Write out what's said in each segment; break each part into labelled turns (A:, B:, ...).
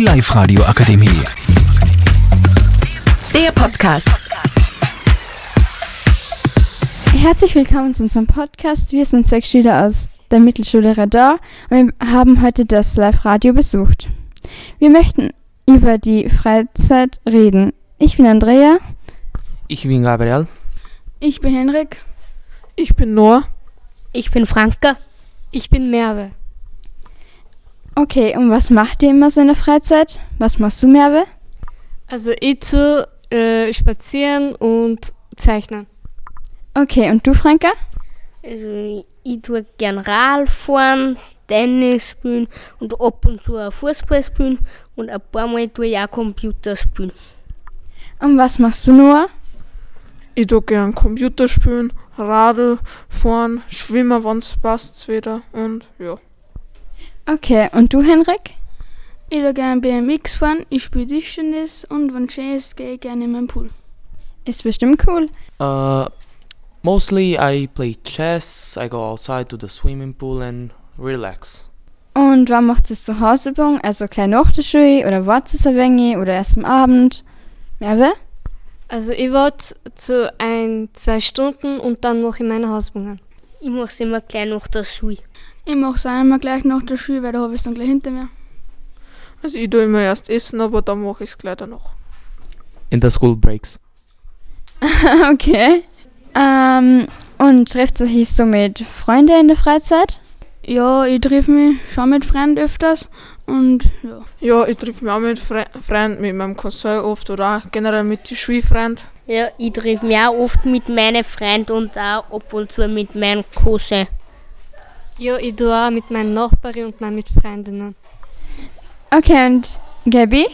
A: Live Radio Akademie.
B: Der Podcast.
C: Herzlich willkommen zu unserem Podcast. Wir sind sechs Schüler aus der Mittelschule Radar und wir haben heute das Live-Radio besucht. Wir möchten über die Freizeit reden. Ich bin Andrea.
D: Ich bin Gabriel.
C: Ich bin Henrik.
E: Ich bin Noah.
F: Ich bin Franke.
G: Ich bin Merve.
C: Okay, und was macht ihr immer so in der Freizeit? Was machst du, Merve?
G: Also ich zu äh, spazieren und zeichnen.
C: Okay, und du, Franka?
F: Also, ich tue gern Rad fahren, Tennis spielen und ab und zu auch Fußball spielen und ein paar Mal tue ich auch Computer spielen.
C: Und was machst du, Noah?
E: Ich tue gern Computer spielen, Radl fahren, schwimmen, wenn's passt wieder und ja.
C: Okay, und du, Henrik?
H: Ich will gerne BMX fahren, ich spiele Tischtennis und wenn schön ist, gehe ich gerne in meinen Pool.
C: Ist bestimmt cool.
D: Uh, mostly I play chess, I go outside to the swimming pool and relax.
C: Und wann macht ihr so Hausübungen? Also kleine nach der Schule oder wartet ihr ein wenig oder erst am Abend? Merve?
G: Also ich wollte zu ein, zwei Stunden und dann mache ich meine Hausübungen.
F: Ich mache es immer gleich nach der Schule.
H: Ich mache es einmal gleich nach der Schule, weil da habe ich es dann gleich hinter mir.
E: Also ich tue immer erst essen, aber dann mache ich's gleich danach.
D: In the school breaks.
C: okay. Ähm, und trifft ihr sich so mit Freunden in der Freizeit?
H: Ja, ich treffe mich schon mit Freunden öfters und ja.
E: Ja, ich treffe mich auch mit Fre Freunden, mit meinem Cousin oft oder auch generell mit den Schulfreunden.
F: Ja, ich treffe mich auch oft mit meinen Freunden und auch ab und zu mit meinem Cousin.
G: Ja, ich tue auch mit meinen Nachbarn und meinen Mitfreundinnen.
C: Okay, und Gabi?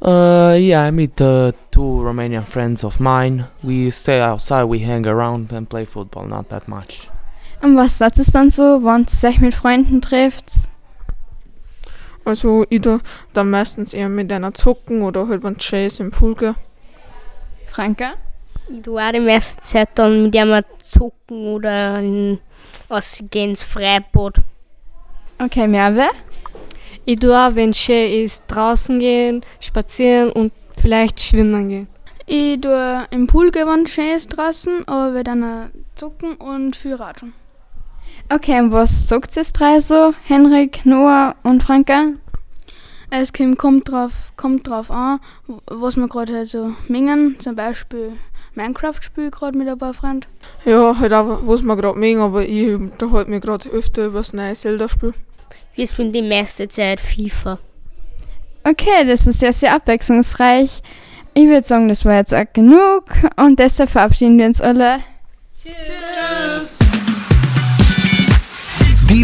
D: Uh, yeah, I meet uh, two Romanian friends of mine. We stay outside, we hang around and play football, not that much.
C: Und was sagt es dann so, wenn ihr euch mit Freunden trifft?
E: Also ich tue dann meistens eher mit einer zocken oder halt wenn schön ist im Pool gehen.
C: Franka?
F: Ich tue auch die meiste Zeit dann mit jemandem zocken oder in, ausgehen ins Freibad.
C: Okay, Merve?
G: Ich tue auch, wenn schön ist, draußen gehen, spazieren und vielleicht schwimmen gehen.
H: Ich tue im Pool gehen, wenn schön ist draußen, aber wir dann auch zucken und viel ratschen.
C: Okay, und was sagt ihr drei so? Henrik, Noah und Franka?
H: Es kommt- kommt drauf, kommt drauf an, was wir gerade halt so mengen. Zum Beispiel Minecraft spiele ich gerade mit ein paar Freunden.
E: Ja, halt auch, was mir gerade mögen, aber ich unterhalte mich gerade öfter über das neue Zelda-Spiel.
F: Wir spielen die meiste Zeit FIFA.
C: Okay, das ist ja sehr abwechslungsreich. Ich würde sagen, das war jetzt auch genug und deshalb verabschieden wir uns alle.
A: Die